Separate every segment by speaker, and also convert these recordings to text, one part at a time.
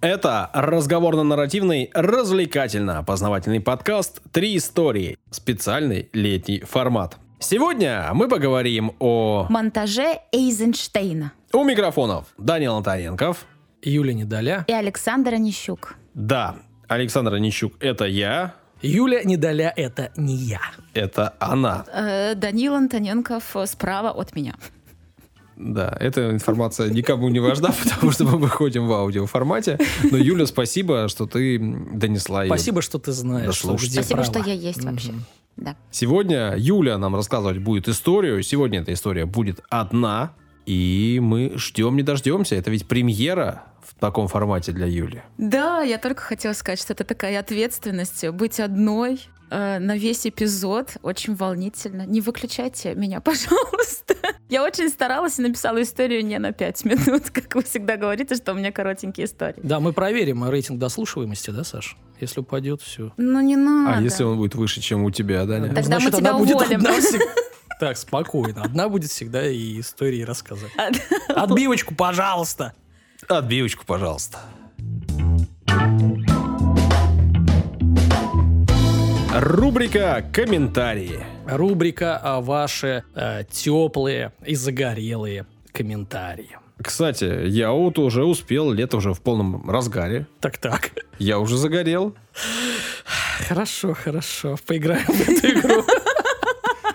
Speaker 1: Это разговорно-нарративный, развлекательно-познавательный подкаст «Три истории». Специальный летний формат. Сегодня мы поговорим о...
Speaker 2: монтаже Эйзенштейна
Speaker 1: У микрофонов Данил Антоненков.
Speaker 3: Юля Недоля.
Speaker 2: и Александра Нищук.
Speaker 1: Да, Александр Нищук, это я,
Speaker 3: Юля Недоля — это не я.
Speaker 1: это она.
Speaker 2: Э, Данил Антоненков э, справа от меня.
Speaker 1: Да, эта информация никому не важна, потому что мы выходим в аудиоформате. Но, Юля, спасибо, что ты донесла ее.
Speaker 3: Спасибо, что ты знаешь,
Speaker 1: Да
Speaker 3: что
Speaker 1: слушайте.
Speaker 3: где
Speaker 2: Спасибо,
Speaker 3: право.
Speaker 2: что я есть вообще. Да.
Speaker 1: Сегодня Юля нам рассказывать будет историю. Сегодня эта история будет одна. И мы ждем, не дождемся. Это ведь премьера в таком формате для Юли.
Speaker 2: Да, я только хотела сказать, что это такая ответственность быть одной э, на весь эпизод. Очень волнительно. Не выключайте меня, пожалуйста. Я очень старалась и написала историю не на пять минут, как вы всегда говорите, что у меня коротенькие истории.
Speaker 3: Да, мы проверим рейтинг дослушиваемости, да, Саш? Если упадет, все.
Speaker 2: Ну не надо.
Speaker 1: А если он будет выше, чем у тебя, Даня?
Speaker 2: Так- Тогда мы тебя уволим.
Speaker 3: Так, спокойно. Одна будет всегда и истории рассказывать. Отбивочку, пожалуйста.
Speaker 1: Отбивочку, пожалуйста. Рубрика «Комментарии».
Speaker 3: Рубрика а, «Ваши а, теплые и загорелые комментарии».
Speaker 1: Кстати, я вот уже успел, лето уже в полном разгаре.
Speaker 3: Так-так.
Speaker 1: Я уже загорел.
Speaker 3: Хорошо, хорошо. Поиграем в эту игру.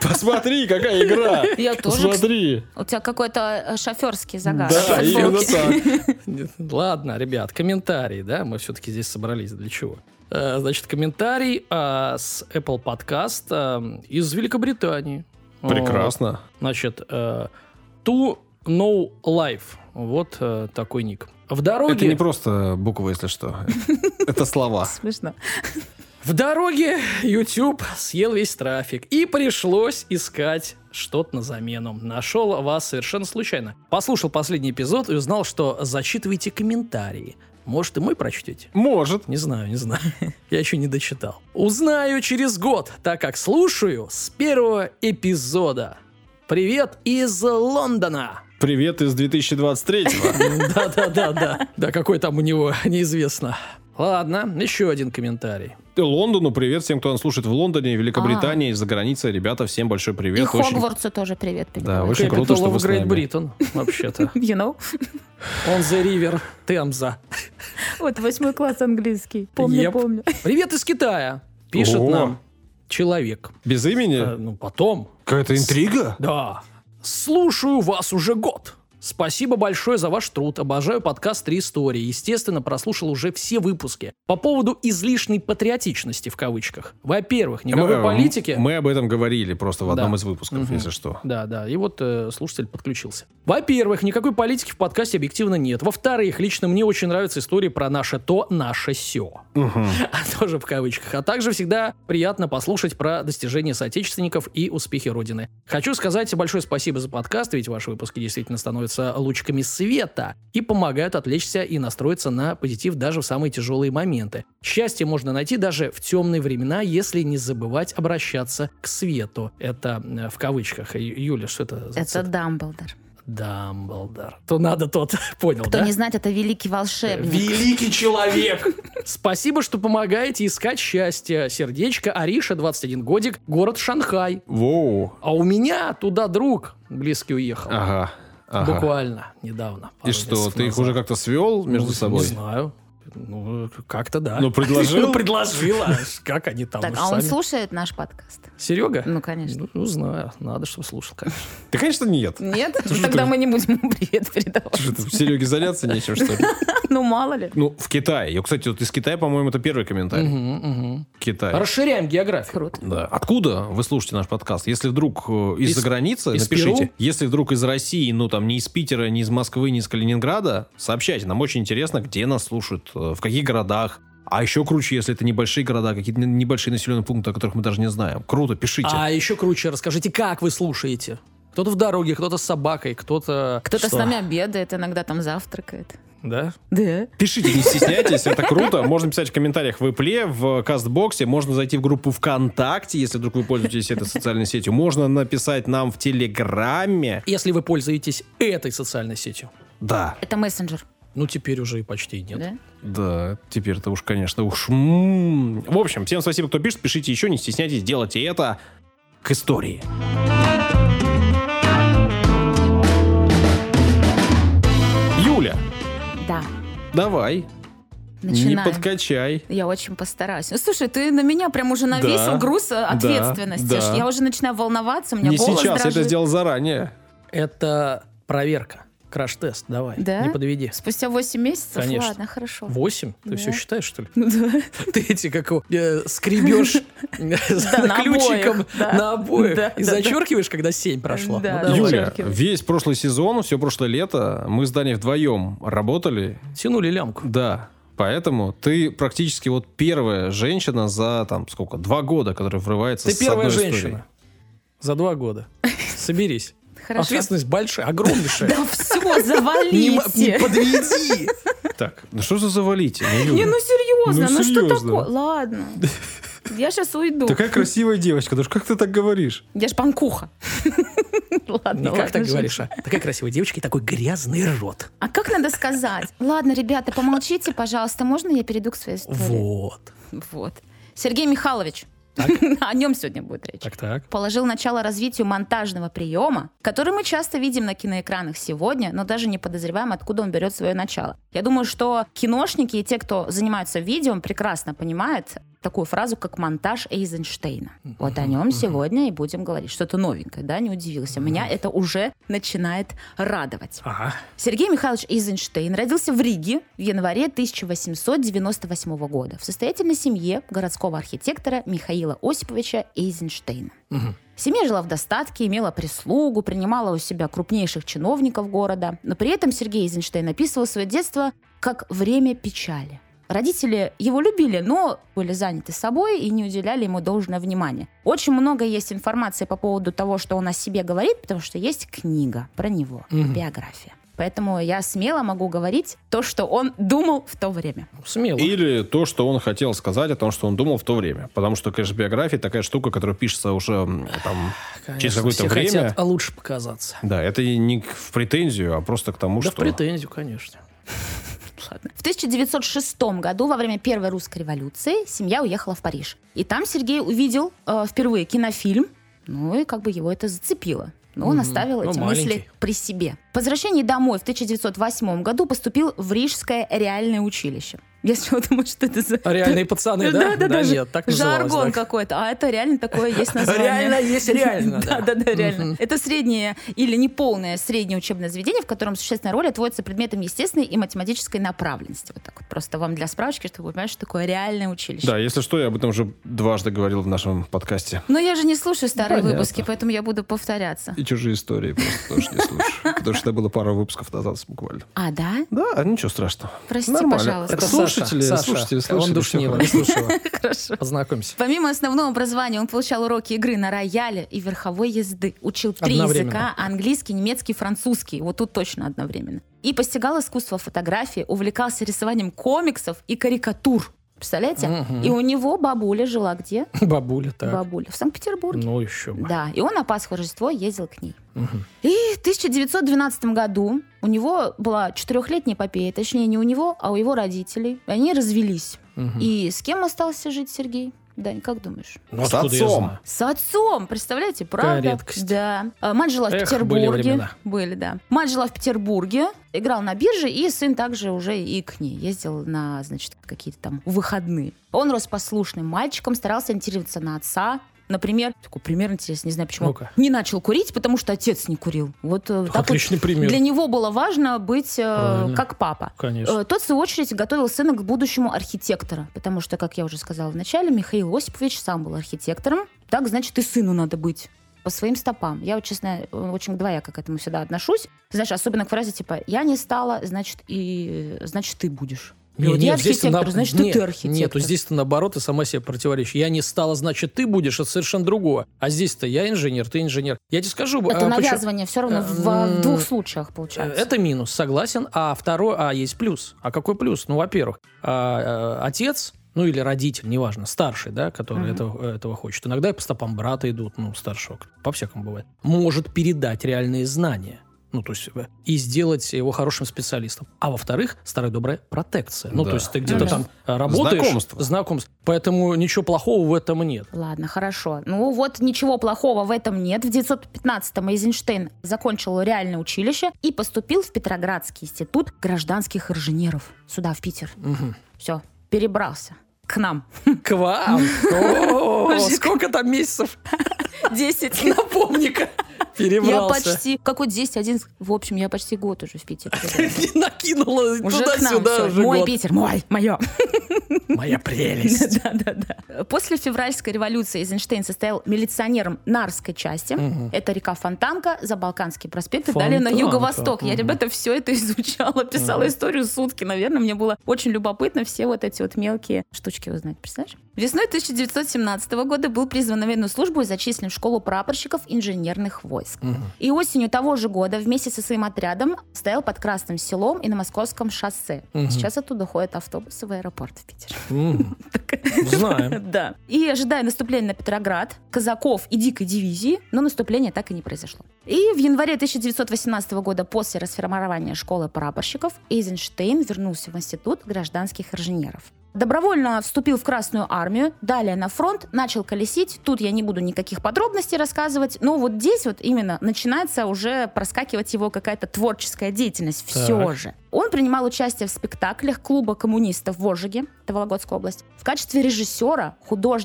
Speaker 1: Посмотри, какая игра!
Speaker 2: Я тоже. кстати,
Speaker 1: Смотри.
Speaker 2: У тебя какой-то э, шоферский загар.
Speaker 1: Да,
Speaker 2: Шофёрки.
Speaker 1: именно так.
Speaker 3: Нет, Ладно, ребят, комментарии, да? Мы все-таки здесь собрались. Для чего? Э, Значит, комментарий а, с Apple Podcast а, из Великобритании.
Speaker 1: Прекрасно.
Speaker 3: О, Значит, э, To No Life. Вот э, такой ник.
Speaker 1: Это не
Speaker 3: В дороге,
Speaker 1: просто буквы, если что. Это слова.
Speaker 2: Смешно.
Speaker 3: в дороге YouTube съел весь трафик и пришлось искать что-то на замену. Нашел вас совершенно случайно. Послушал последний эпизод и узнал, что зачитывайте комментарии. Может, и мой прочтете?
Speaker 1: Может.
Speaker 3: Не знаю, не знаю. Я еще не дочитал. Узнаю через год, так как слушаю с первого эпизода. Привет из Лондона!
Speaker 1: Привет из 2023-го.
Speaker 3: Да-да-да-да. Да, какой там у него, неизвестно. Ладно, еще один комментарий.
Speaker 1: Лондону привет всем, кто нас слушает в Лондоне,
Speaker 3: А.
Speaker 1: Великобритании, за границей. Ребята, всем большой
Speaker 2: И
Speaker 1: привет. Очень-
Speaker 2: Хогвартсу тоже привет
Speaker 1: Да,
Speaker 2: передавай.
Speaker 1: очень круто,
Speaker 3: Capital
Speaker 1: что
Speaker 3: of
Speaker 1: вы с
Speaker 3: Great
Speaker 1: нами.
Speaker 3: Britain, вообще-то.
Speaker 2: You know?
Speaker 3: Он the river, Темза.
Speaker 2: Вот восьмой класс английский. Помню,
Speaker 3: Помню, Yep.
Speaker 2: помню.
Speaker 3: Привет из Китая, пишет
Speaker 1: О.
Speaker 3: нам человек.
Speaker 1: Без
Speaker 3: Э,
Speaker 1: имени?
Speaker 3: Ну, потом,
Speaker 1: Какая-то интрига?
Speaker 3: Да. Слушаю вас уже год. Спасибо большое за ваш труд. Обожаю подкаст «Три истории». Естественно, прослушал уже все выпуски. По поводу излишней патриотичности в кавычках. Во-первых, никакой
Speaker 1: Э, Мы-
Speaker 3: политики...
Speaker 1: Мы об этом говорили просто в
Speaker 3: Да.
Speaker 1: одном из выпусков,
Speaker 3: Мгм.
Speaker 1: если что.
Speaker 3: Да, да. И вот э, слушатель подключился. Во-первых, никакой политики в подкасте объективно нет. Во-вторых, лично мне очень нравятся истории про наше то, наше сё.
Speaker 1: Мгм.
Speaker 3: А тоже в кавычках. А также всегда приятно послушать про достижения соотечественников и успехи Родины. Хочу сказать большое спасибо за подкаст, ведь ваши выпуски действительно становятся лучками света и помогают отвлечься и настроиться на позитив даже в самые тяжелые моменты. Счастье можно найти даже в темные времена, если не забывать обращаться к свету. Это э, в кавычках. Ю- Юля, что это? за
Speaker 2: Это
Speaker 3: цит-
Speaker 2: Дамблдор.
Speaker 3: Дамблдор. То надо, тот понял,
Speaker 2: Кто
Speaker 3: да?
Speaker 2: не знает, это великий волшебник.
Speaker 3: Великий человек! Спасибо, что помогаете искать счастье. Сердечко, Ариша, 21 годик, город Шанхай.
Speaker 1: Воу.
Speaker 3: А у меня туда друг близкий уехал.
Speaker 1: Ага. ага.
Speaker 3: Буквально недавно. пару
Speaker 1: И что,
Speaker 3: месяцев
Speaker 1: ты их
Speaker 3: назад.
Speaker 1: уже как-то свел между
Speaker 3: Ну,
Speaker 1: собой?
Speaker 3: Не знаю. Ну, как-то да.
Speaker 1: Ну, предложил?
Speaker 3: Ну, предложила. Как они там
Speaker 2: Так,
Speaker 3: уж
Speaker 2: а он
Speaker 3: сами.
Speaker 2: слушает наш подкаст?
Speaker 3: Серега?
Speaker 2: Ну, конечно.
Speaker 3: Ну, знаю. Надо, чтобы слушал, конечно.
Speaker 1: Да, конечно, нет.
Speaker 2: Нет?
Speaker 1: что
Speaker 2: Тогда
Speaker 1: ты?
Speaker 2: мы не будем ему привет передавать.
Speaker 1: Что, там, Сереге заняться нечем, что ли?
Speaker 2: Ну, мало ли.
Speaker 1: Ну, в Китае. Я, кстати, вот из Китая, по-моему, это первый комментарий.
Speaker 3: Мгм, А мгм.
Speaker 1: Китай.
Speaker 3: Расширяем географию.
Speaker 2: Круто.
Speaker 1: Да. Откуда вы слушаете наш подкаст? Если вдруг э,
Speaker 3: Из-
Speaker 1: из-за границы,
Speaker 3: из
Speaker 1: напишите.
Speaker 3: Перу?
Speaker 1: Если вдруг из России, ну там не из Питера, не из Москвы, не из Калининграда, сообщайте. Нам очень интересно, где нас слушают, э, в каких городах. А еще круче, если это небольшие города, какие-то н- небольшие населенные пункты, о которых мы даже не знаем. Круто, пишите.
Speaker 3: А еще круче, расскажите, как вы слушаете? Кто-то в дороге, кто-то с собакой, кто-то...
Speaker 2: Кто-то с
Speaker 3: Что?
Speaker 2: нами обедает, иногда там завтракает.
Speaker 3: Да?
Speaker 2: Да.
Speaker 1: Пишите, не стесняйтесь, это круто. Можно писать в комментариях в Эпле, в Кастбоксе, можно зайти в группу ВКонтакте, если вдруг вы пользуетесь этой социальной сетью. Можно написать нам в Телеграме.
Speaker 3: Если вы пользуетесь этой социальной сетью.
Speaker 1: Да.
Speaker 2: Это мессенджер.
Speaker 3: Ну, теперь уже и почти и нет.
Speaker 2: Да?
Speaker 1: Да, теперь-то уж, конечно, уж... м. В общем, всем спасибо, кто пишет. Пишите еще, не стесняйтесь, делайте это к истории. Юля,
Speaker 2: Да,
Speaker 1: давай,
Speaker 2: начинаем.
Speaker 1: не подкачай.
Speaker 2: Я очень постараюсь. Ну, слушай, ты на меня прям уже навесил
Speaker 1: Да,
Speaker 2: груз э, ответственности.
Speaker 1: да.
Speaker 2: Я уже начинаю волноваться, у меня
Speaker 1: не
Speaker 2: голос
Speaker 1: сейчас, я это
Speaker 2: дрожит.
Speaker 1: сделал заранее.
Speaker 3: Это проверка. Краш-тест, давай.
Speaker 2: Да?
Speaker 3: Не подведи.
Speaker 2: Спустя 8 месяцев?
Speaker 3: Конечно.
Speaker 2: Ладно, хорошо.
Speaker 3: Восемь? Ты
Speaker 2: Да.
Speaker 3: все считаешь, что ли?
Speaker 2: Ну да.
Speaker 3: Ты эти как его, э, скребешь
Speaker 2: Да, на
Speaker 3: ключиком
Speaker 2: обоих, да.
Speaker 3: на обоих
Speaker 2: Да,
Speaker 3: и
Speaker 2: да, да.
Speaker 3: зачеркиваешь, когда семь прошло.
Speaker 2: Да,
Speaker 3: Ну,
Speaker 2: да.
Speaker 3: давай.
Speaker 2: Юля.
Speaker 1: Юля,
Speaker 2: подчеркиваю.
Speaker 1: весь прошлый сезон, все прошлое лето мы с Даней вдвоем работали.
Speaker 3: Тянули лямку.
Speaker 1: Да, поэтому ты практически вот первая женщина за, там, сколько, два года, которая врывается
Speaker 3: Ты
Speaker 1: с
Speaker 3: первая
Speaker 1: одной историей.
Speaker 3: женщина. За два года. Соберись.
Speaker 2: Хорошо.
Speaker 3: Ответственность большая, огромнейшая.
Speaker 2: Да все,
Speaker 3: Не м- не
Speaker 2: завалите.
Speaker 3: подведи.
Speaker 1: Так, ну что за завалите?
Speaker 2: Не, ну серьезно,
Speaker 1: Ну,
Speaker 2: ну что
Speaker 1: серьезно.
Speaker 2: такое? Ладно. Я сейчас уйду.
Speaker 1: красивая девочка, даже как ты так говоришь?
Speaker 2: Я ж панкуха. Ладно,
Speaker 3: Ну, Как
Speaker 2: ладно,
Speaker 3: так говоришь, а? Такая красивая девочка и такой грязный рот.
Speaker 2: А как надо сказать? Ладно, ребята, помолчите, пожалуйста. Можно я перейду к своей истории?
Speaker 3: Вот.
Speaker 2: Вот. Сергей Михайлович. О нем сегодня будет речь.
Speaker 3: Так-так.
Speaker 2: Положил начало развитию монтажного приема, который мы часто видим на киноэкранах сегодня, но даже не подозреваем, откуда он берет свое начало. Я думаю, что киношники и те, кто занимаются видео, прекрасно понимают такую фразу, как монтаж Эйзенштейна. Вот о нем сегодня и будем говорить. Что-то новенькое, да, не удивился. Меня это уже начинает радовать.
Speaker 3: Ага.
Speaker 2: Сергей Михайлович Эйзенштейн родился в Риге в январе 1898 года в состоятельной семье городского архитектора Михаила Осиповича Эйзенштейна.
Speaker 3: Мгм.
Speaker 2: Семья жила в достатке, имела прислугу, принимала у себя крупнейших чиновников города. Но при этом Сергей Эйзенштейн описывал свое детство как время печали. Родители его любили, но были заняты собой и не уделяли ему должное внимание. Очень много есть информации по поводу того, что он о себе говорит, потому что есть книга про него,
Speaker 3: Мгм.
Speaker 2: биография. Поэтому я смело могу говорить то, что он думал в то время.
Speaker 3: Ну, Смело.
Speaker 1: Или то, что он хотел сказать о том, что он думал в то время. Потому что, конечно, биография такая штука, которая пишется уже м, там...
Speaker 3: Конечно,
Speaker 1: через какое-то
Speaker 3: все
Speaker 1: время-
Speaker 3: хотят а лучше показаться.
Speaker 1: Да, это и не к- в претензию, а просто к тому,
Speaker 3: Да в
Speaker 1: что...
Speaker 3: претензию, конечно.
Speaker 2: В 1906 году, во время Первой русской революции, семья уехала в Париж. И там Сергей увидел э, впервые кинофильм, ну и как бы его это зацепило. Но он
Speaker 3: Мгм.
Speaker 2: оставил
Speaker 3: Ну,
Speaker 2: эти мысли
Speaker 3: маленький.
Speaker 2: при себе. По возвращении домой в 1908 году поступил в Рижское реальное училище. Если вы думаете, что это за...
Speaker 3: А Реальные
Speaker 2: Ну
Speaker 3: пацаны, да?
Speaker 2: Да-да-да,
Speaker 3: нет, так называлось,
Speaker 2: жаргон
Speaker 3: да.
Speaker 2: какой-то. А это реально такое есть название.
Speaker 3: Реально есть реально, да.
Speaker 2: Да, да, да, реально.
Speaker 3: Мгм.
Speaker 2: Это среднее или неполное среднее учебное заведение, в котором существенная роль отводится предметам естественной и математической направленности. Вот так вот. Просто вам для справочки, чтобы вы понимали, что такое реальное училище.
Speaker 1: Да, если что, я об этом уже дважды говорил в нашем подкасте.
Speaker 2: Но я же не слушаю старые
Speaker 1: Понятно.
Speaker 2: выпуски, поэтому я буду повторяться.
Speaker 1: И чужие истории просто тоже не слушаю. Потому что это было пару выпусков назад буквально.
Speaker 2: А, да?
Speaker 1: Да, а ничего страшного.
Speaker 2: Прости,
Speaker 1: Нормально.
Speaker 2: пожалуйста.
Speaker 1: Это слушатели,
Speaker 3: Саша,
Speaker 1: слушатели,
Speaker 3: Саша, Он
Speaker 1: слушатели,
Speaker 3: душнил,
Speaker 1: всё
Speaker 3: не слушала.
Speaker 2: Хорошо.
Speaker 3: Познакомься.
Speaker 2: Помимо основного образования, он получал уроки игры на рояле и верховой езды. Учил три
Speaker 3: Одновременно.
Speaker 2: языка – английский, немецкий, французский. Вот тут точно одновременно. И постигал искусство фотографии, увлекался рисованием комиксов и карикатур. Представляете?
Speaker 3: Мгм.
Speaker 2: И у него бабуля жила где?
Speaker 3: Бабуля, так.
Speaker 2: Бабуля. В Санкт-Петербурге.
Speaker 3: Ну еще бы.
Speaker 2: Да, и он на Пасху Рождество ездил к ней.
Speaker 3: Мгм.
Speaker 2: И в 1912 году у него была четырехлетняя эпопея, точнее не у него, а у его родителей. Они развелись.
Speaker 3: Мгм.
Speaker 2: И с кем остался жить Сергей? Дань, как думаешь?
Speaker 3: Ну,
Speaker 1: С
Speaker 3: откуда я
Speaker 1: отцом.
Speaker 3: знаю?
Speaker 2: С отцом, представляете, правда?
Speaker 3: редкость.
Speaker 2: Да. А, Мать жила в
Speaker 3: Эх, были
Speaker 2: Петербурге.
Speaker 3: времена.
Speaker 2: Были, да. Мать жила в Петербурге, играл на бирже, и сын также уже и к ней ездил на, значит, какие-то там выходные. Он рос послушным мальчиком, старался ориентироваться на отца. Например, такой пример интересный, не знаю почему.
Speaker 3: Ну-ка.
Speaker 2: Не начал курить, потому что отец не курил. Вот э, так вот.
Speaker 3: Отличный пример.
Speaker 2: Для него было важно быть э,
Speaker 3: Правильно.
Speaker 2: как папа.
Speaker 3: Конечно.
Speaker 2: Э, Тот, в свою очередь, готовил сына к будущему архитектора. Потому что, как я уже сказала вначале, Михаил Осипович сам был архитектором. Так, значит, и сыну надо быть по своим стопам. Я, вот, честно, э, очень двояко к этому всегда отношусь. Знаешь, особенно к фразе типа «я не стала, значит, и э, значит, ты будешь». И
Speaker 3: Не,
Speaker 2: вот
Speaker 3: нет,
Speaker 2: я
Speaker 3: здесь ты
Speaker 2: архитектор,
Speaker 3: на-
Speaker 2: значит, и
Speaker 3: нет,
Speaker 2: ты архитектор.
Speaker 3: Нет, вот здесь ты наоборот, ты сама себе противоречишь. Я не стала, значит, ты будешь, это совершенно другое. А здесь-то я инженер, ты инженер. Я тебе скажу...
Speaker 2: Это
Speaker 3: а, почему-
Speaker 2: навязывание все равно в, в
Speaker 3: Эм,
Speaker 2: двух случаях
Speaker 3: Э,
Speaker 2: получается.
Speaker 3: Это минус, согласен. А второй, а есть плюс. А какой плюс? Ну, во-первых, а, э, отец, ну или родитель, неважно, старший, да, который
Speaker 2: Мгм.
Speaker 3: этого, этого хочет. Иногда и по стопам брата идут, ну, старшего, по всякому бывает. Может передать реальные знания. ну, то есть, э, и сделать его хорошим специалистом. А во-вторых, старая добрая протекция. Ну,
Speaker 1: Да.
Speaker 3: то есть ты где-то
Speaker 2: Да.
Speaker 3: там э, работаешь.
Speaker 1: Знакомство.
Speaker 3: знакомство. Поэтому ничего плохого в этом нет.
Speaker 2: Ладно, хорошо. Ну вот ничего плохого в этом нет. В 915-м Эйзенштейн закончил реальное училище и поступил в Петроградский институт гражданских инженеров. Сюда, в Питер.
Speaker 3: Мгм.
Speaker 2: Все, перебрался. К нам.
Speaker 3: К вам! О,
Speaker 2: Мужик.
Speaker 3: Сколько там месяцев?
Speaker 2: Десять.
Speaker 3: Напомни-ка.
Speaker 2: Я
Speaker 3: Перебрался.
Speaker 2: почти... Какой 10, 11? В общем, я почти год уже в Питере.
Speaker 3: Не Накинула
Speaker 2: Уже к нам.
Speaker 3: туда-сюда.
Speaker 2: всё.
Speaker 3: уже
Speaker 2: мой
Speaker 3: год.
Speaker 2: Питер, мой, мое.
Speaker 3: Моя прелесть.
Speaker 2: Да-да-да. После февральской революции Эйзенштейн состоял милиционером Нарской части.
Speaker 3: Мгм.
Speaker 2: Это река Фонтанка, Забалканский проспект и далее на
Speaker 3: Фонтанка.
Speaker 2: юго-восток. Я,
Speaker 3: Мгм.
Speaker 2: ребята, все это изучала, писала
Speaker 3: Мгм.
Speaker 2: историю сутки. Наверное, мне было очень любопытно все вот эти вот мелкие штучки узнать. Представляешь? Весной 1917 года был призван на военную службу и зачислен в школу прапорщиков инженерных войск.
Speaker 3: Мгм.
Speaker 2: И осенью того же года вместе со своим отрядом стоял под Красным селом и на Московском шоссе.
Speaker 3: Мгм.
Speaker 2: Сейчас оттуда ходят автобусы в аэропорт в Питер.
Speaker 3: Мгм. Знаем.
Speaker 2: Да. И ожидая наступления на Петроград, казаков и дикой дивизии, но наступление так и не произошло. И в январе 1918 года, после расформирования школы прапорщиков, Эйзенштейн вернулся в Институт гражданских инженеров. Добровольно вступил в Красную армию, далее на фронт, начал колесить. Тут я не буду никаких подробностей рассказывать, но вот здесь вот именно начинается уже проскакивать его какая-то творческая деятельность. Все
Speaker 3: Так.
Speaker 2: же. Он принимал участие в спектаклях клуба коммунистов в Ожиге, это Вологодская область, в качестве режиссера,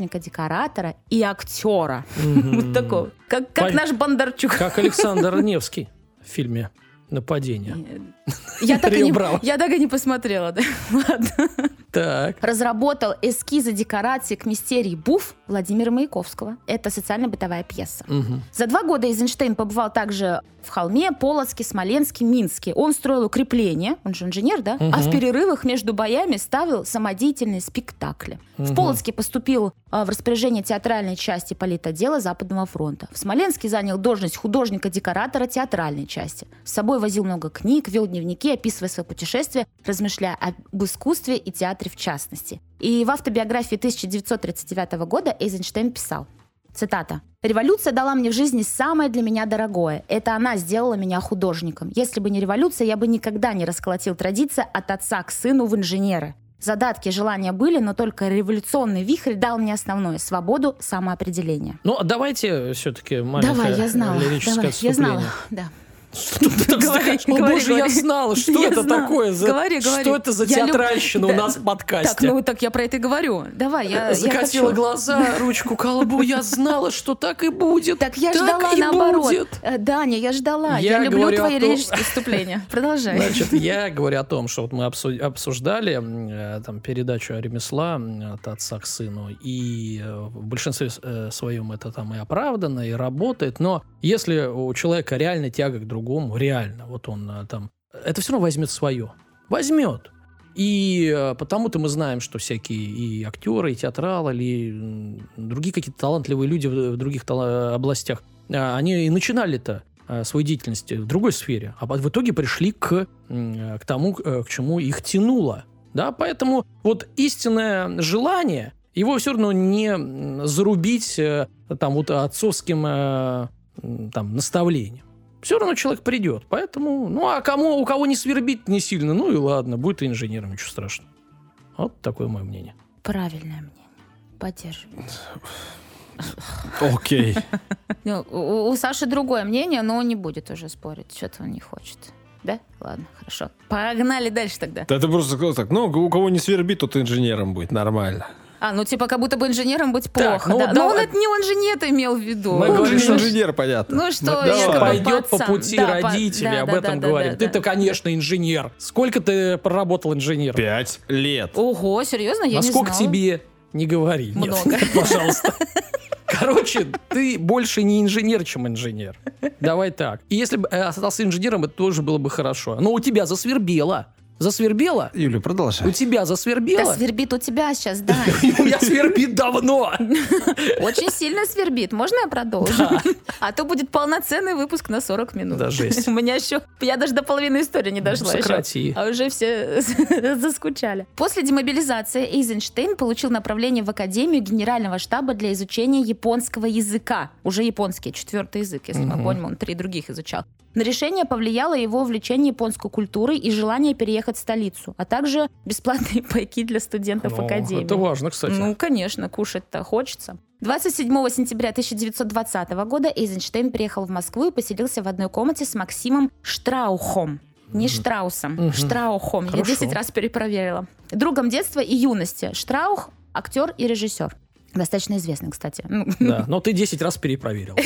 Speaker 2: художника-декоратора и актера.
Speaker 3: Мгм.
Speaker 2: Вот такого. Как, как
Speaker 3: Пон-
Speaker 2: наш Бондарчук.
Speaker 3: Как Александр Невский в фильме «Нападение».
Speaker 2: Я так, и не,
Speaker 3: Реброва.
Speaker 2: я так и не посмотрела. да. Ладно.
Speaker 3: Так.
Speaker 2: Разработал эскизы декорации к мистерии Буф Владимира Маяковского. Это социально-бытовая пьеса.
Speaker 3: Мгм.
Speaker 2: За два года Эйзенштейн побывал также в Холме, Полоцке, Смоленске, Минске. Он строил укрепления, он же инженер, да?
Speaker 3: Мгм.
Speaker 2: А в перерывах между боями ставил самодеятельные спектакли.
Speaker 3: Мгм.
Speaker 2: В Полоцке поступил а, в распоряжение театральной части политотдела Западного фронта. В Смоленске занял должность художника-декоратора театральной части. С собой возил много книг, вел дневники, описывая свои путешествия, размышляя об искусстве и театре в частности. И в автобиографии 1939 года Эйзенштейн писал, Цитата. «Революция дала мне в жизни самое для меня дорогое. Это она сделала меня художником. Если бы не революция, я бы никогда не расколотил традиция от отца к сыну в инженеры. Задатки, желания были, но только революционный вихрь дал мне основное – свободу самоопределения».
Speaker 3: Ну, давайте все-таки маленькое
Speaker 2: Давай, я знала.
Speaker 3: лирическое
Speaker 2: Давай, я знала.
Speaker 3: отступление.
Speaker 2: Да.
Speaker 3: Что ты так
Speaker 2: Говори,
Speaker 3: знаешь? О,
Speaker 2: говори,
Speaker 3: боже, я
Speaker 2: говори.
Speaker 3: знала, что
Speaker 2: Я
Speaker 3: это
Speaker 2: знала.
Speaker 3: такое за...
Speaker 2: Говори, говори.
Speaker 3: Что это за
Speaker 2: Я люблю-
Speaker 3: театральщина у
Speaker 2: Да.
Speaker 3: нас в
Speaker 2: Так,
Speaker 3: подкасте?
Speaker 2: ну так я про это и говорю. Давай, я, я
Speaker 3: Закатила
Speaker 2: хочу.
Speaker 3: глаза, ручку колбу, я знала, что так и будет.
Speaker 2: Так я
Speaker 3: Так
Speaker 2: ждала
Speaker 3: и
Speaker 2: наоборот.
Speaker 3: будет.
Speaker 2: Э, Даня, я ждала. Я,
Speaker 3: Я
Speaker 2: люблю
Speaker 3: говорю о
Speaker 2: твои
Speaker 3: том-
Speaker 2: лирические выступления. Продолжай.
Speaker 3: Значит, я говорю о том, что вот мы обсу- обсуждали э, там передачу ремесла м, от отца к сыну, и э, в большинстве с- э, своем это там и оправдано, и работает, но если у человека реально тяга к другому, реально, вот он э, там, это все равно возьмет свое, возьмет. И э, потому-то мы знаем, что всякие и актеры, и театралы, или м, другие какие-то талантливые люди в, в других тала- э, областях, а, они и начинали-то а, свою деятельность в другой сфере, а по- в итоге пришли к, м, к тому, э, к чему их тянуло. Да, поэтому вот истинное желание, его все равно не м, зарубить э, там вот отцовским э, м, там, наставлением. Все равно человек придет. Поэтому, ну а кому, у кого не свербит не сильно, ну и ладно, будет и инженером, ничего страшного. Вот такое мое мнение.
Speaker 2: Правильное мнение. Поддерживаю.
Speaker 1: Окей.
Speaker 2: Ну, у, у Саши другое мнение, но он не будет уже спорить. Что-то он не хочет. Да? Ладно, хорошо. Погнали дальше тогда.
Speaker 1: Да ты просто сказал так, ну, у кого не свербит, тот инженером будет, нормально.
Speaker 2: А, ну типа как будто бы инженером быть
Speaker 3: Так,
Speaker 2: плохо.
Speaker 3: ну
Speaker 2: да.
Speaker 3: вот
Speaker 2: Но он
Speaker 3: давай.
Speaker 2: это не он же не это имел в виду.
Speaker 3: Мы
Speaker 2: Он
Speaker 1: Он же
Speaker 3: говорим,
Speaker 2: же
Speaker 1: не
Speaker 3: что-
Speaker 1: инженер, понятно.
Speaker 2: Ну что,
Speaker 1: Ну,
Speaker 2: я
Speaker 1: давай.
Speaker 2: как бы
Speaker 3: Пойдет по
Speaker 2: пацан.
Speaker 3: пути
Speaker 2: Да, по-
Speaker 3: родителей,
Speaker 2: да,
Speaker 3: об
Speaker 2: да,
Speaker 3: этом
Speaker 2: да,
Speaker 3: говорим.
Speaker 2: да,
Speaker 3: Ты-то,
Speaker 2: да.
Speaker 3: конечно, инженер. Сколько ты проработал инженером?
Speaker 1: Пять лет.
Speaker 2: Ого, серьезно, я не
Speaker 3: Насколько
Speaker 2: знала.
Speaker 3: тебе не говори. Нет,
Speaker 2: Много.
Speaker 3: пожалуйста. Короче, ты больше не инженер, чем инженер. Давай так. И если бы э, остался инженером, это тоже было бы хорошо. Но у тебя засвербело. Засвербело?
Speaker 1: Юля,
Speaker 3: У
Speaker 1: продолжай.
Speaker 3: тебя засвербело?
Speaker 2: Да свербит у тебя сейчас, да.
Speaker 3: У меня свербит давно.
Speaker 2: Очень сильно свербит. Можно я продолжу? А то будет полноценный выпуск на 40 минут.
Speaker 3: Да, жесть.
Speaker 2: У меня еще... Я даже до половины истории не дошла еще.
Speaker 3: Сократи.
Speaker 2: А уже все заскучали. После демобилизации Эйзенштейн получил направление в Академию Генерального штаба для изучения японского языка. Уже японский, четвертый язык, если мы
Speaker 3: Мгм.
Speaker 2: поняли, он три других изучал. На решение повлияло его увлечение японской культурой и желание переехать в столицу, а также бесплатные пайки для студентов
Speaker 3: Ну,
Speaker 2: э, Академии.
Speaker 3: Это важно, кстати.
Speaker 2: Ну, конечно, кушать-то хочется. 27 сентября 1920 года Эйзенштейн приехал в Москву и поселился в одной комнате с Максимом Штраухом. Не Штраусом,
Speaker 3: Мгм.
Speaker 2: Штраухом.
Speaker 3: Хорошо.
Speaker 2: Я 10 раз перепроверила. Другом детства и юности. Штраух – актер и режиссер. Достаточно известный, кстати. Ну,
Speaker 3: Да, но ты 10 раз перепроверил.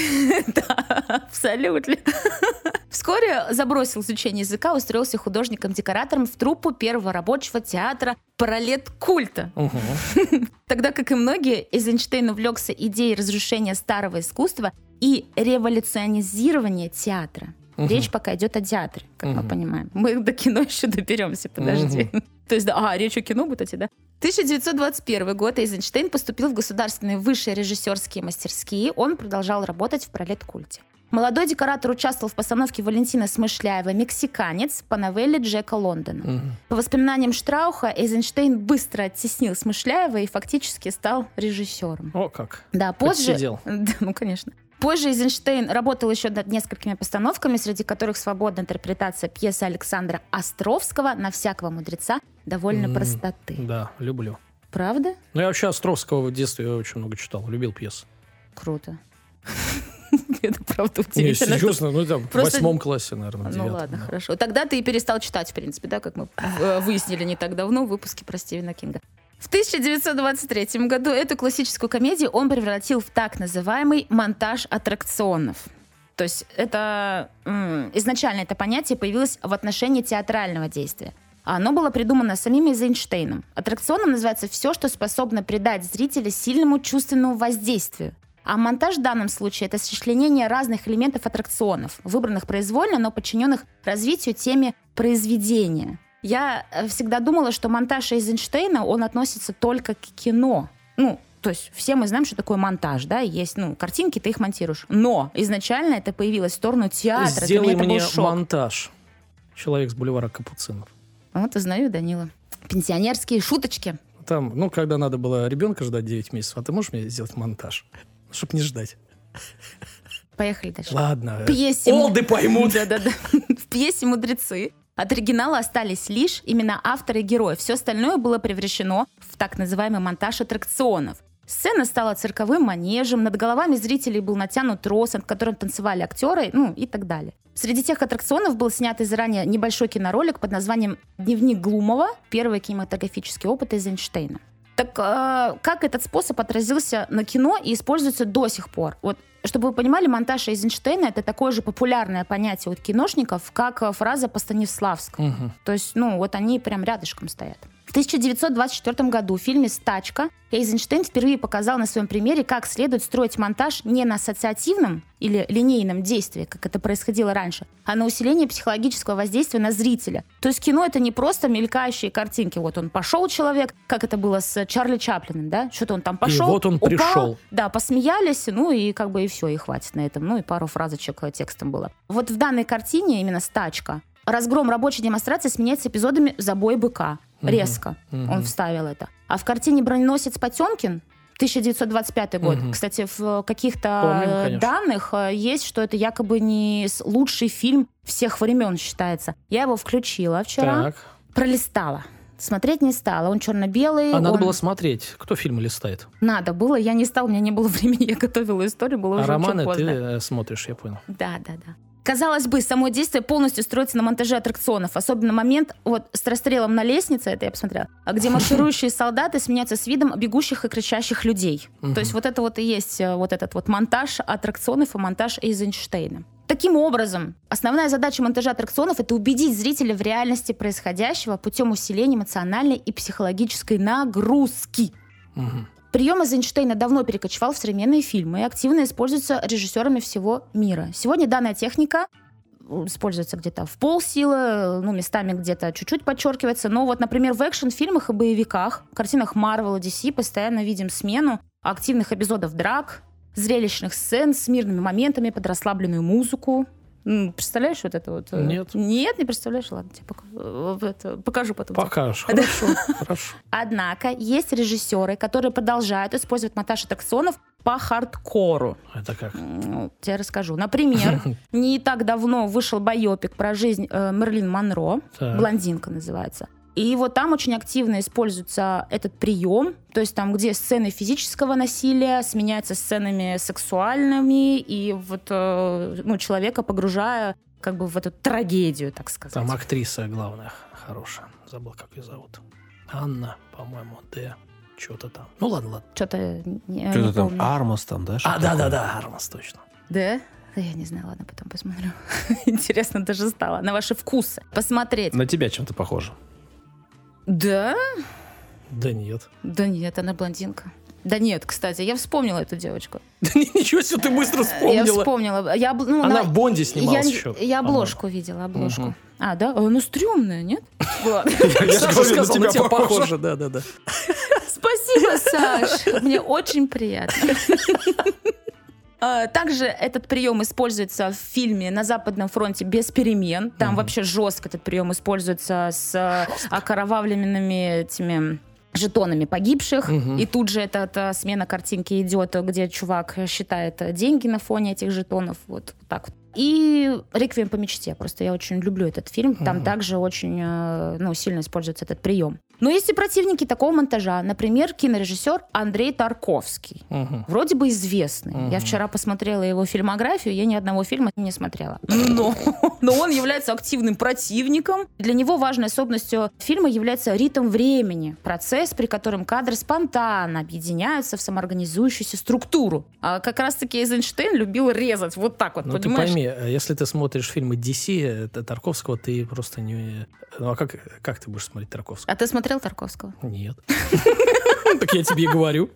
Speaker 2: да, абсолютно. Вскоре забросил изучение языка, устроился художником-декоратором в труппу первого рабочего театра «Паралет культа».
Speaker 3: Мгм.
Speaker 2: Тогда как и многие, Эйзенштейн увлекся идеей разрушения старого искусства и революционизирования театра.
Speaker 3: Мгм.
Speaker 2: Речь пока идет о театре, как мы
Speaker 3: Мгм.
Speaker 2: понимаем. Мы до кино еще доберемся, подожди. То есть, да, а, речь о кино будет, да? 1921 год Эйзенштейн поступил в государственные высшие режиссерские мастерские. Он продолжал работать в пролет-культе. Молодой декоратор участвовал в постановке Валентина Смышляева «Мексиканец» по новелле Джека Лондона.
Speaker 3: Мгм.
Speaker 2: По воспоминаниям Штрауха, Эйзенштейн быстро оттеснил Смышляева и фактически стал режиссером.
Speaker 3: О, как.
Speaker 2: Да, позже...
Speaker 3: Подсидел.
Speaker 2: Да, ну, конечно. Позже Эйзенштейн работал еще над несколькими постановками, среди которых свободная интерпретация пьесы Александра Островского «На всякого мудреца» довольно
Speaker 3: М.
Speaker 2: простоты.
Speaker 3: Да, люблю.
Speaker 2: Правда?
Speaker 3: Ну, я вообще Островского в детстве очень много читал, любил пьесы.
Speaker 2: Круто. Это правда
Speaker 3: Не,
Speaker 2: удивительно. что-
Speaker 3: серьезно, ну, там, в
Speaker 2: Просто-
Speaker 3: восьмом классе, наверное, в
Speaker 2: Ну
Speaker 3: девятом,
Speaker 2: ладно,
Speaker 3: да.
Speaker 2: хорошо. Тогда ты и перестал читать, в принципе, да, как мы э, выяснили не так давно в выпуске про Стивена Кинга. В 1923 году эту классическую комедию он превратил в так называемый монтаж аттракционов. То есть это м, изначально это понятие появилось в отношении театрального действия. А Оно было придумано самим Эйзенштейном. Аттракционом называется все, что способно придать зрителя сильному чувственному воздействию. А монтаж в данном случае это сочленение разных элементов аттракционов, выбранных произвольно, но подчиненных развитию теме произведения. Я э, всегда думала, что монтаж Эйзенштейна, он относится только к кино. Ну, то есть все мы знаем, что такое монтаж, да, есть, ну, картинки, ты их монтируешь. Но изначально это появилось в сторону театра. Для
Speaker 3: Сделай
Speaker 2: меня это был
Speaker 3: мне
Speaker 2: шок.
Speaker 3: монтаж. Человек с бульвара Капуцинов.
Speaker 2: Вот, узнаю Данила. Пенсионерские шуточки.
Speaker 3: Там, ну, когда надо было ребенка ждать 9 месяцев, а ты можешь мне сделать монтаж? Ну, Чтоб не ждать.
Speaker 2: Поехали дальше.
Speaker 3: Ладно. э,
Speaker 2: Пьесе му-
Speaker 3: Олды поймут.
Speaker 2: Да-да-да. В пьесе «Мудрецы» от оригинала остались лишь имена автора и героя. Все остальное было превращено в так называемый монтаж аттракционов. Сцена стала цирковым манежем, над головами зрителей был натянут трос, над которым танцевали актеры, ну и так далее. Среди тех аттракционов был снят из ранее небольшой киноролик под названием «Дневник Глумова. Первый кинематографический опыт Эйзенштейна». Так э, как этот способ отразился на кино и используется до сих пор? Вот, чтобы вы понимали, монтаж Эйзенштейна это такое же популярное понятие у киношников, как э, фраза по Станиславскому.
Speaker 3: Мгм.
Speaker 2: То есть, ну, вот они прям рядышком стоят. В 1924 году в фильме «Стачка» Эйзенштейн впервые показал на своем примере, как следует строить монтаж не на ассоциативном или линейном действии, как это происходило раньше, а на усиление психологического воздействия на зрителя. То есть кино — это не просто мелькающие картинки. Вот он пошел человек, как это было с Чарли Чаплиным, да? Что-то он там пошел,
Speaker 3: вот он
Speaker 2: упал,
Speaker 3: пришел.
Speaker 2: да, посмеялись, ну и как бы и все, и хватит на этом. Ну и пару фразочек э, текстом было. Вот в данной картине именно стачка. Разгром рабочей демонстрации сменяется эпизодами «Забой быка».
Speaker 3: Мгм.
Speaker 2: Резко
Speaker 3: Мгм.
Speaker 2: он вставил это. А в картине «Броненосец Потемкин» 1925 год.
Speaker 3: Мгм.
Speaker 2: Кстати, в э, каких-то
Speaker 3: Помним,
Speaker 2: э,
Speaker 3: конечно.
Speaker 2: данных э, есть, что это якобы не с- лучший фильм всех времен считается. Я его включила вчера,
Speaker 3: Так.
Speaker 2: пролистала. Смотреть не стала. Он черно-белый.
Speaker 3: А надо
Speaker 2: он-
Speaker 3: было смотреть, кто фильмы листает.
Speaker 2: надо было, я не стала, у меня не было времени, я готовила историю, было
Speaker 3: А
Speaker 2: уже
Speaker 3: романы
Speaker 2: очень
Speaker 3: ты
Speaker 2: поздно.
Speaker 3: э, смотришь, я понял.
Speaker 2: Да, да, да. Казалось бы, само действие полностью строится на монтаже аттракционов. Особенно момент вот с расстрелом на лестнице, это я посмотрела, а где марширующие солдаты сменяются с видом бегущих и кричащих людей.
Speaker 3: Мгм.
Speaker 2: То есть вот это вот и есть э, вот этот вот монтаж аттракционов и монтаж Эйзенштейна. Таким образом, основная задача монтажа аттракционов – это убедить зрителя в реальности происходящего путем усиления эмоциональной и психологической нагрузки.
Speaker 3: Мгм.
Speaker 2: Прием Эйзенштейна давно перекочевал в современные фильмы и активно используется режиссерами всего мира. Сегодня данная техника используется где-то в полсилы, ну, местами где-то чуть-чуть подчеркивается. Но вот, например, в экшн-фильмах и боевиках, в картинах Marvel и DC постоянно видим смену активных эпизодов драк, зрелищных сцен с мирными моментами, под расслабленную музыку. М, Представляешь вот это вот? э,
Speaker 3: Нет.
Speaker 2: Нет, не представляешь? Ладно, тебе пока- э, это, покажу потом. тебе.
Speaker 3: Покажешь. Хорошо,
Speaker 2: Э,
Speaker 3: хорошо.
Speaker 2: Однако есть режиссеры, которые продолжают использовать монтаж аттракционов по хардкору.
Speaker 3: Это как? э,
Speaker 2: Ну, тебе расскажу. Например, не так давно вышел байопик про жизнь э, Мерлин Монро.
Speaker 3: Так.
Speaker 2: Блондинка называется. И вот там очень активно используется этот прием, то есть там, где сцены физического насилия сменяются сценами сексуальными, и вот э, ну, человека погружая как бы в эту трагедию, так сказать.
Speaker 3: Там актриса главная хорошая. Забыл, как ее зовут. Анна, по-моему, Д. Что-то там. Ну ладно, ладно.
Speaker 2: Что-то не, э,
Speaker 1: Что-то
Speaker 2: не
Speaker 1: там,
Speaker 2: помню.
Speaker 1: Армас там, да? что-то
Speaker 3: А,
Speaker 1: такое?
Speaker 3: да-да-да, да, Армас, точно.
Speaker 4: Да?
Speaker 2: Да я не знаю, ладно, потом посмотрю. Интересно даже стало. На ваши вкусы. Посмотреть.
Speaker 1: На тебя чем-то похоже.
Speaker 4: Да?
Speaker 3: Да нет.
Speaker 4: Да нет, она
Speaker 2: Блондинка. Да нет, кстати, я вспомнила эту девочку.
Speaker 3: Да ни- ничего себе, ты быстро
Speaker 2: Я
Speaker 3: вспомнила.
Speaker 2: вспомнила. Я, обл- ну, на-
Speaker 3: Она в Бонде
Speaker 2: я,
Speaker 3: снималась
Speaker 2: не-
Speaker 3: еще.
Speaker 2: я
Speaker 3: по-моему.
Speaker 2: обложку видела, обложку.
Speaker 3: Мгм.
Speaker 2: А, да? О, ну, стрёмная, нет?
Speaker 3: Саша
Speaker 1: говорю, на
Speaker 3: сказал,
Speaker 1: тебя
Speaker 3: на тебя
Speaker 1: похоже.
Speaker 3: похоже. Да-да-да.
Speaker 4: Спасибо, Саш!
Speaker 2: Саш, мне очень приятно. Э, Также этот прием используется в фильме «На западном фронте без перемен». Там
Speaker 3: Мгм.
Speaker 2: вообще жестко этот прием используется с э, окровавленными этими жетонами погибших.
Speaker 3: Мгм.
Speaker 2: И тут же эта, эта смена картинки идет, где чувак считает э, деньги на фоне этих жетонов. Вот так вот. И «Реквием по мечте». Просто я очень люблю этот фильм. Там
Speaker 3: Мгм.
Speaker 2: также очень э, ну, сильно используется этот прием. Но есть и противники такого монтажа. Например, кинорежиссер Андрей Тарковский.
Speaker 3: Мгм.
Speaker 2: Вроде бы известный. Я
Speaker 3: Мгм.
Speaker 2: вчера посмотрела его фильмографию, я ни одного фильма не смотрела. Но, но он является активным противником. Для него важной особенностью фильма является ритм времени, процесс, при котором кадры спонтанно объединяются в самоорганизующуюся структуру. А как раз-таки Эйзенштейн любил резать вот так вот,
Speaker 3: Ну ты
Speaker 2: понимаешь?
Speaker 3: пойми, э, если ты смотришь фильмы DC, э, Т- Тарковского, ты просто не... Ну а как, как ты будешь смотреть Тарковского?
Speaker 2: А ты смотрел Тарковского?
Speaker 3: Нет. Так я тебе и говорю.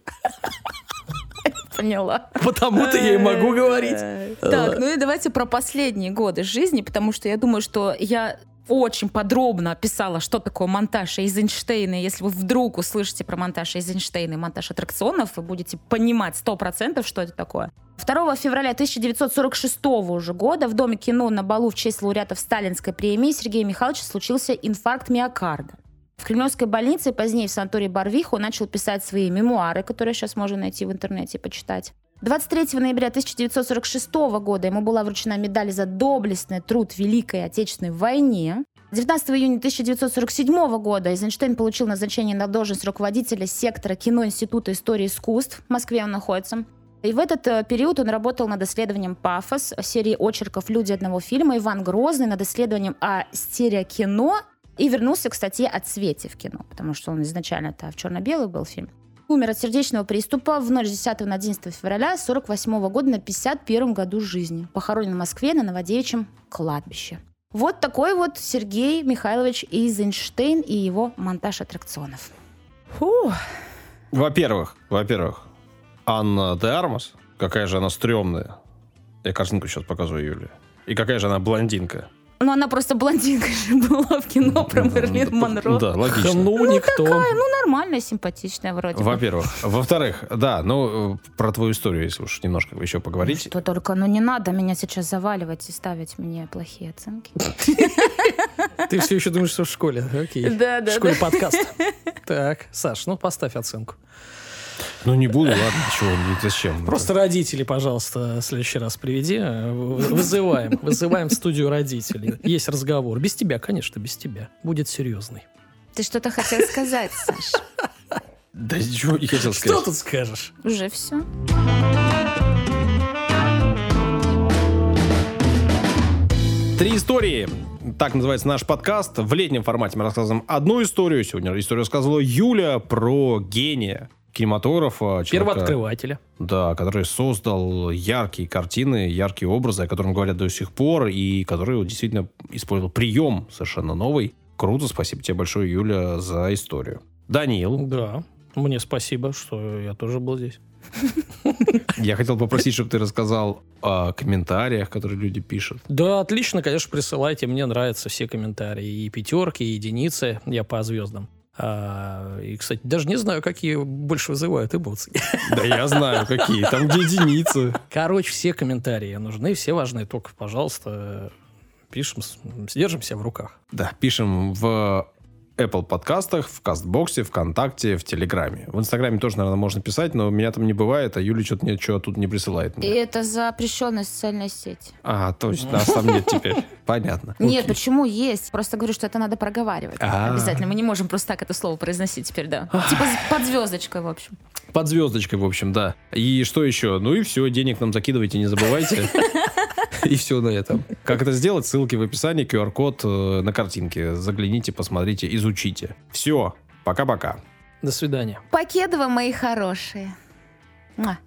Speaker 2: Поняла.
Speaker 3: Потому-то я и
Speaker 2: Э,
Speaker 3: могу говорить. Э.
Speaker 4: Так, ну и давайте про последние годы жизни, потому что я думаю, что я очень подробно описала, что такое монтаж Эйзенштейна. И Если вы вдруг услышите про монтаж Эйзенштейна и монтаж аттракционов, вы будете понимать 100%, что это такое.
Speaker 2: 2 февраля 1946 уже года в Доме кино на балу в честь лауреатов Сталинской премии Сергея Михайловича случился инфаркт миокарда. В Кремлевской больнице и позднее в санатории Барвиху он начал писать свои мемуары, которые сейчас можно найти в интернете и почитать. 23 ноября 1946 года ему была вручена медаль за доблестный труд в Великой Отечественной войне. 19 июня 1947 года Эйзенштейн получил назначение на должность руководителя сектора кино Института истории искусств. В Москве он находится. И в этот э, период он работал над исследованием «Пафос» э, серии очерков «Люди одного фильма», Иван Грозный над исследованием о стереокино и вернулся к статье о цвете в кино, потому что он изначально-то в черно-белый был фильм. Умер от сердечного приступа в ночь с 10 на 11 февраля 48 года на 51 году жизни. Похоронен в Москве на Новодевичьем кладбище. Вот такой вот Сергей Михайлович Эйзенштейн и его монтаж аттракционов.
Speaker 4: Фу,
Speaker 1: Во-первых, во-первых, Анна де Армас, какая же она стрёмная. Я картинку сейчас показываю Юле. И какая же она блондинка.
Speaker 2: Но Ну, она просто блондинка же была в кино про Мерлин Монро.
Speaker 1: Да, логично.
Speaker 3: Ну, никто.
Speaker 2: нормальная, симпатичная вроде бы.
Speaker 1: Во-первых. Во-вторых, да, ну, э, про твою историю, если уж немножко еще поговорить.
Speaker 2: Что только, ну не надо меня сейчас заваливать и ставить мне плохие оценки.
Speaker 3: Ты все еще думаешь, что в школе. Окей.
Speaker 4: Да, да,
Speaker 3: В школе подкаст. Так, Саш, ну поставь оценку.
Speaker 1: Ну, не буду, ладно, чего, не- зачем.
Speaker 3: Просто родители, пожалуйста, в следующий раз приведи. Э, в- Вызываем. Вызываем в студию родителей. Есть разговор. Без тебя, конечно, без тебя. Будет серьезный.
Speaker 4: ты что-то хотел сказать, Саш?
Speaker 1: Да ничего не хотел
Speaker 3: Что
Speaker 1: сказать.
Speaker 3: тут скажешь?
Speaker 2: Уже все.
Speaker 1: Три истории. Так называется наш подкаст. В летнем формате мы рассказываем одну историю. Сегодня историю рассказывала Юля про гения кинематографа. человека-
Speaker 3: Первооткрывателя.
Speaker 1: Да, который создал яркие картины, яркие образы, о котором говорят до сих пор, и который вот действительно использовал прием совершенно новый. Круто, спасибо тебе большое, Юля, за историю. Данил,
Speaker 3: Да. Мне спасибо, что я тоже был здесь.
Speaker 1: Я хотел попросить, чтобы ты рассказал о комментариях, которые люди пишут.
Speaker 3: Да, отлично, конечно, присылайте. Мне нравятся все комментарии. И пятерки, и единицы. Я по звездам. А, и, кстати, даже не знаю, какие больше вызывают эмоции.
Speaker 1: Да я знаю, какие. Там где единицы.
Speaker 3: Короче, все комментарии нужны, все важны. Только, пожалуйста, пишем, с- держимся в руках.
Speaker 1: Да, пишем в Apple подкастах, в Кастбоксе, ВКонтакте, в Телеграме. В Инстаграме тоже, наверное, можно писать, но меня там не бывает, а Юля что-то мне что тут не присылает.
Speaker 2: И
Speaker 1: мне.
Speaker 2: это запрещенная социальная сеть.
Speaker 1: А, то есть нас там нет теперь. Понятно.
Speaker 2: Нет,
Speaker 1: Окей.
Speaker 2: почему есть? Просто говорю, что это надо проговаривать.
Speaker 1: А.
Speaker 2: Обязательно. Мы не можем просто так это слово произносить теперь, да. Типа з- под звездочкой, в общем.
Speaker 1: Под звездочкой, в общем, да. И что еще? Ну и все, денег нам закидывайте, не забывайте. И все на этом. Как это сделать? Ссылки в описании, QR-код э, на картинке. Загляните, посмотрите, изучите. Все. Пока-пока.
Speaker 3: До свидания.
Speaker 2: Покедова, мои хорошие. Муа.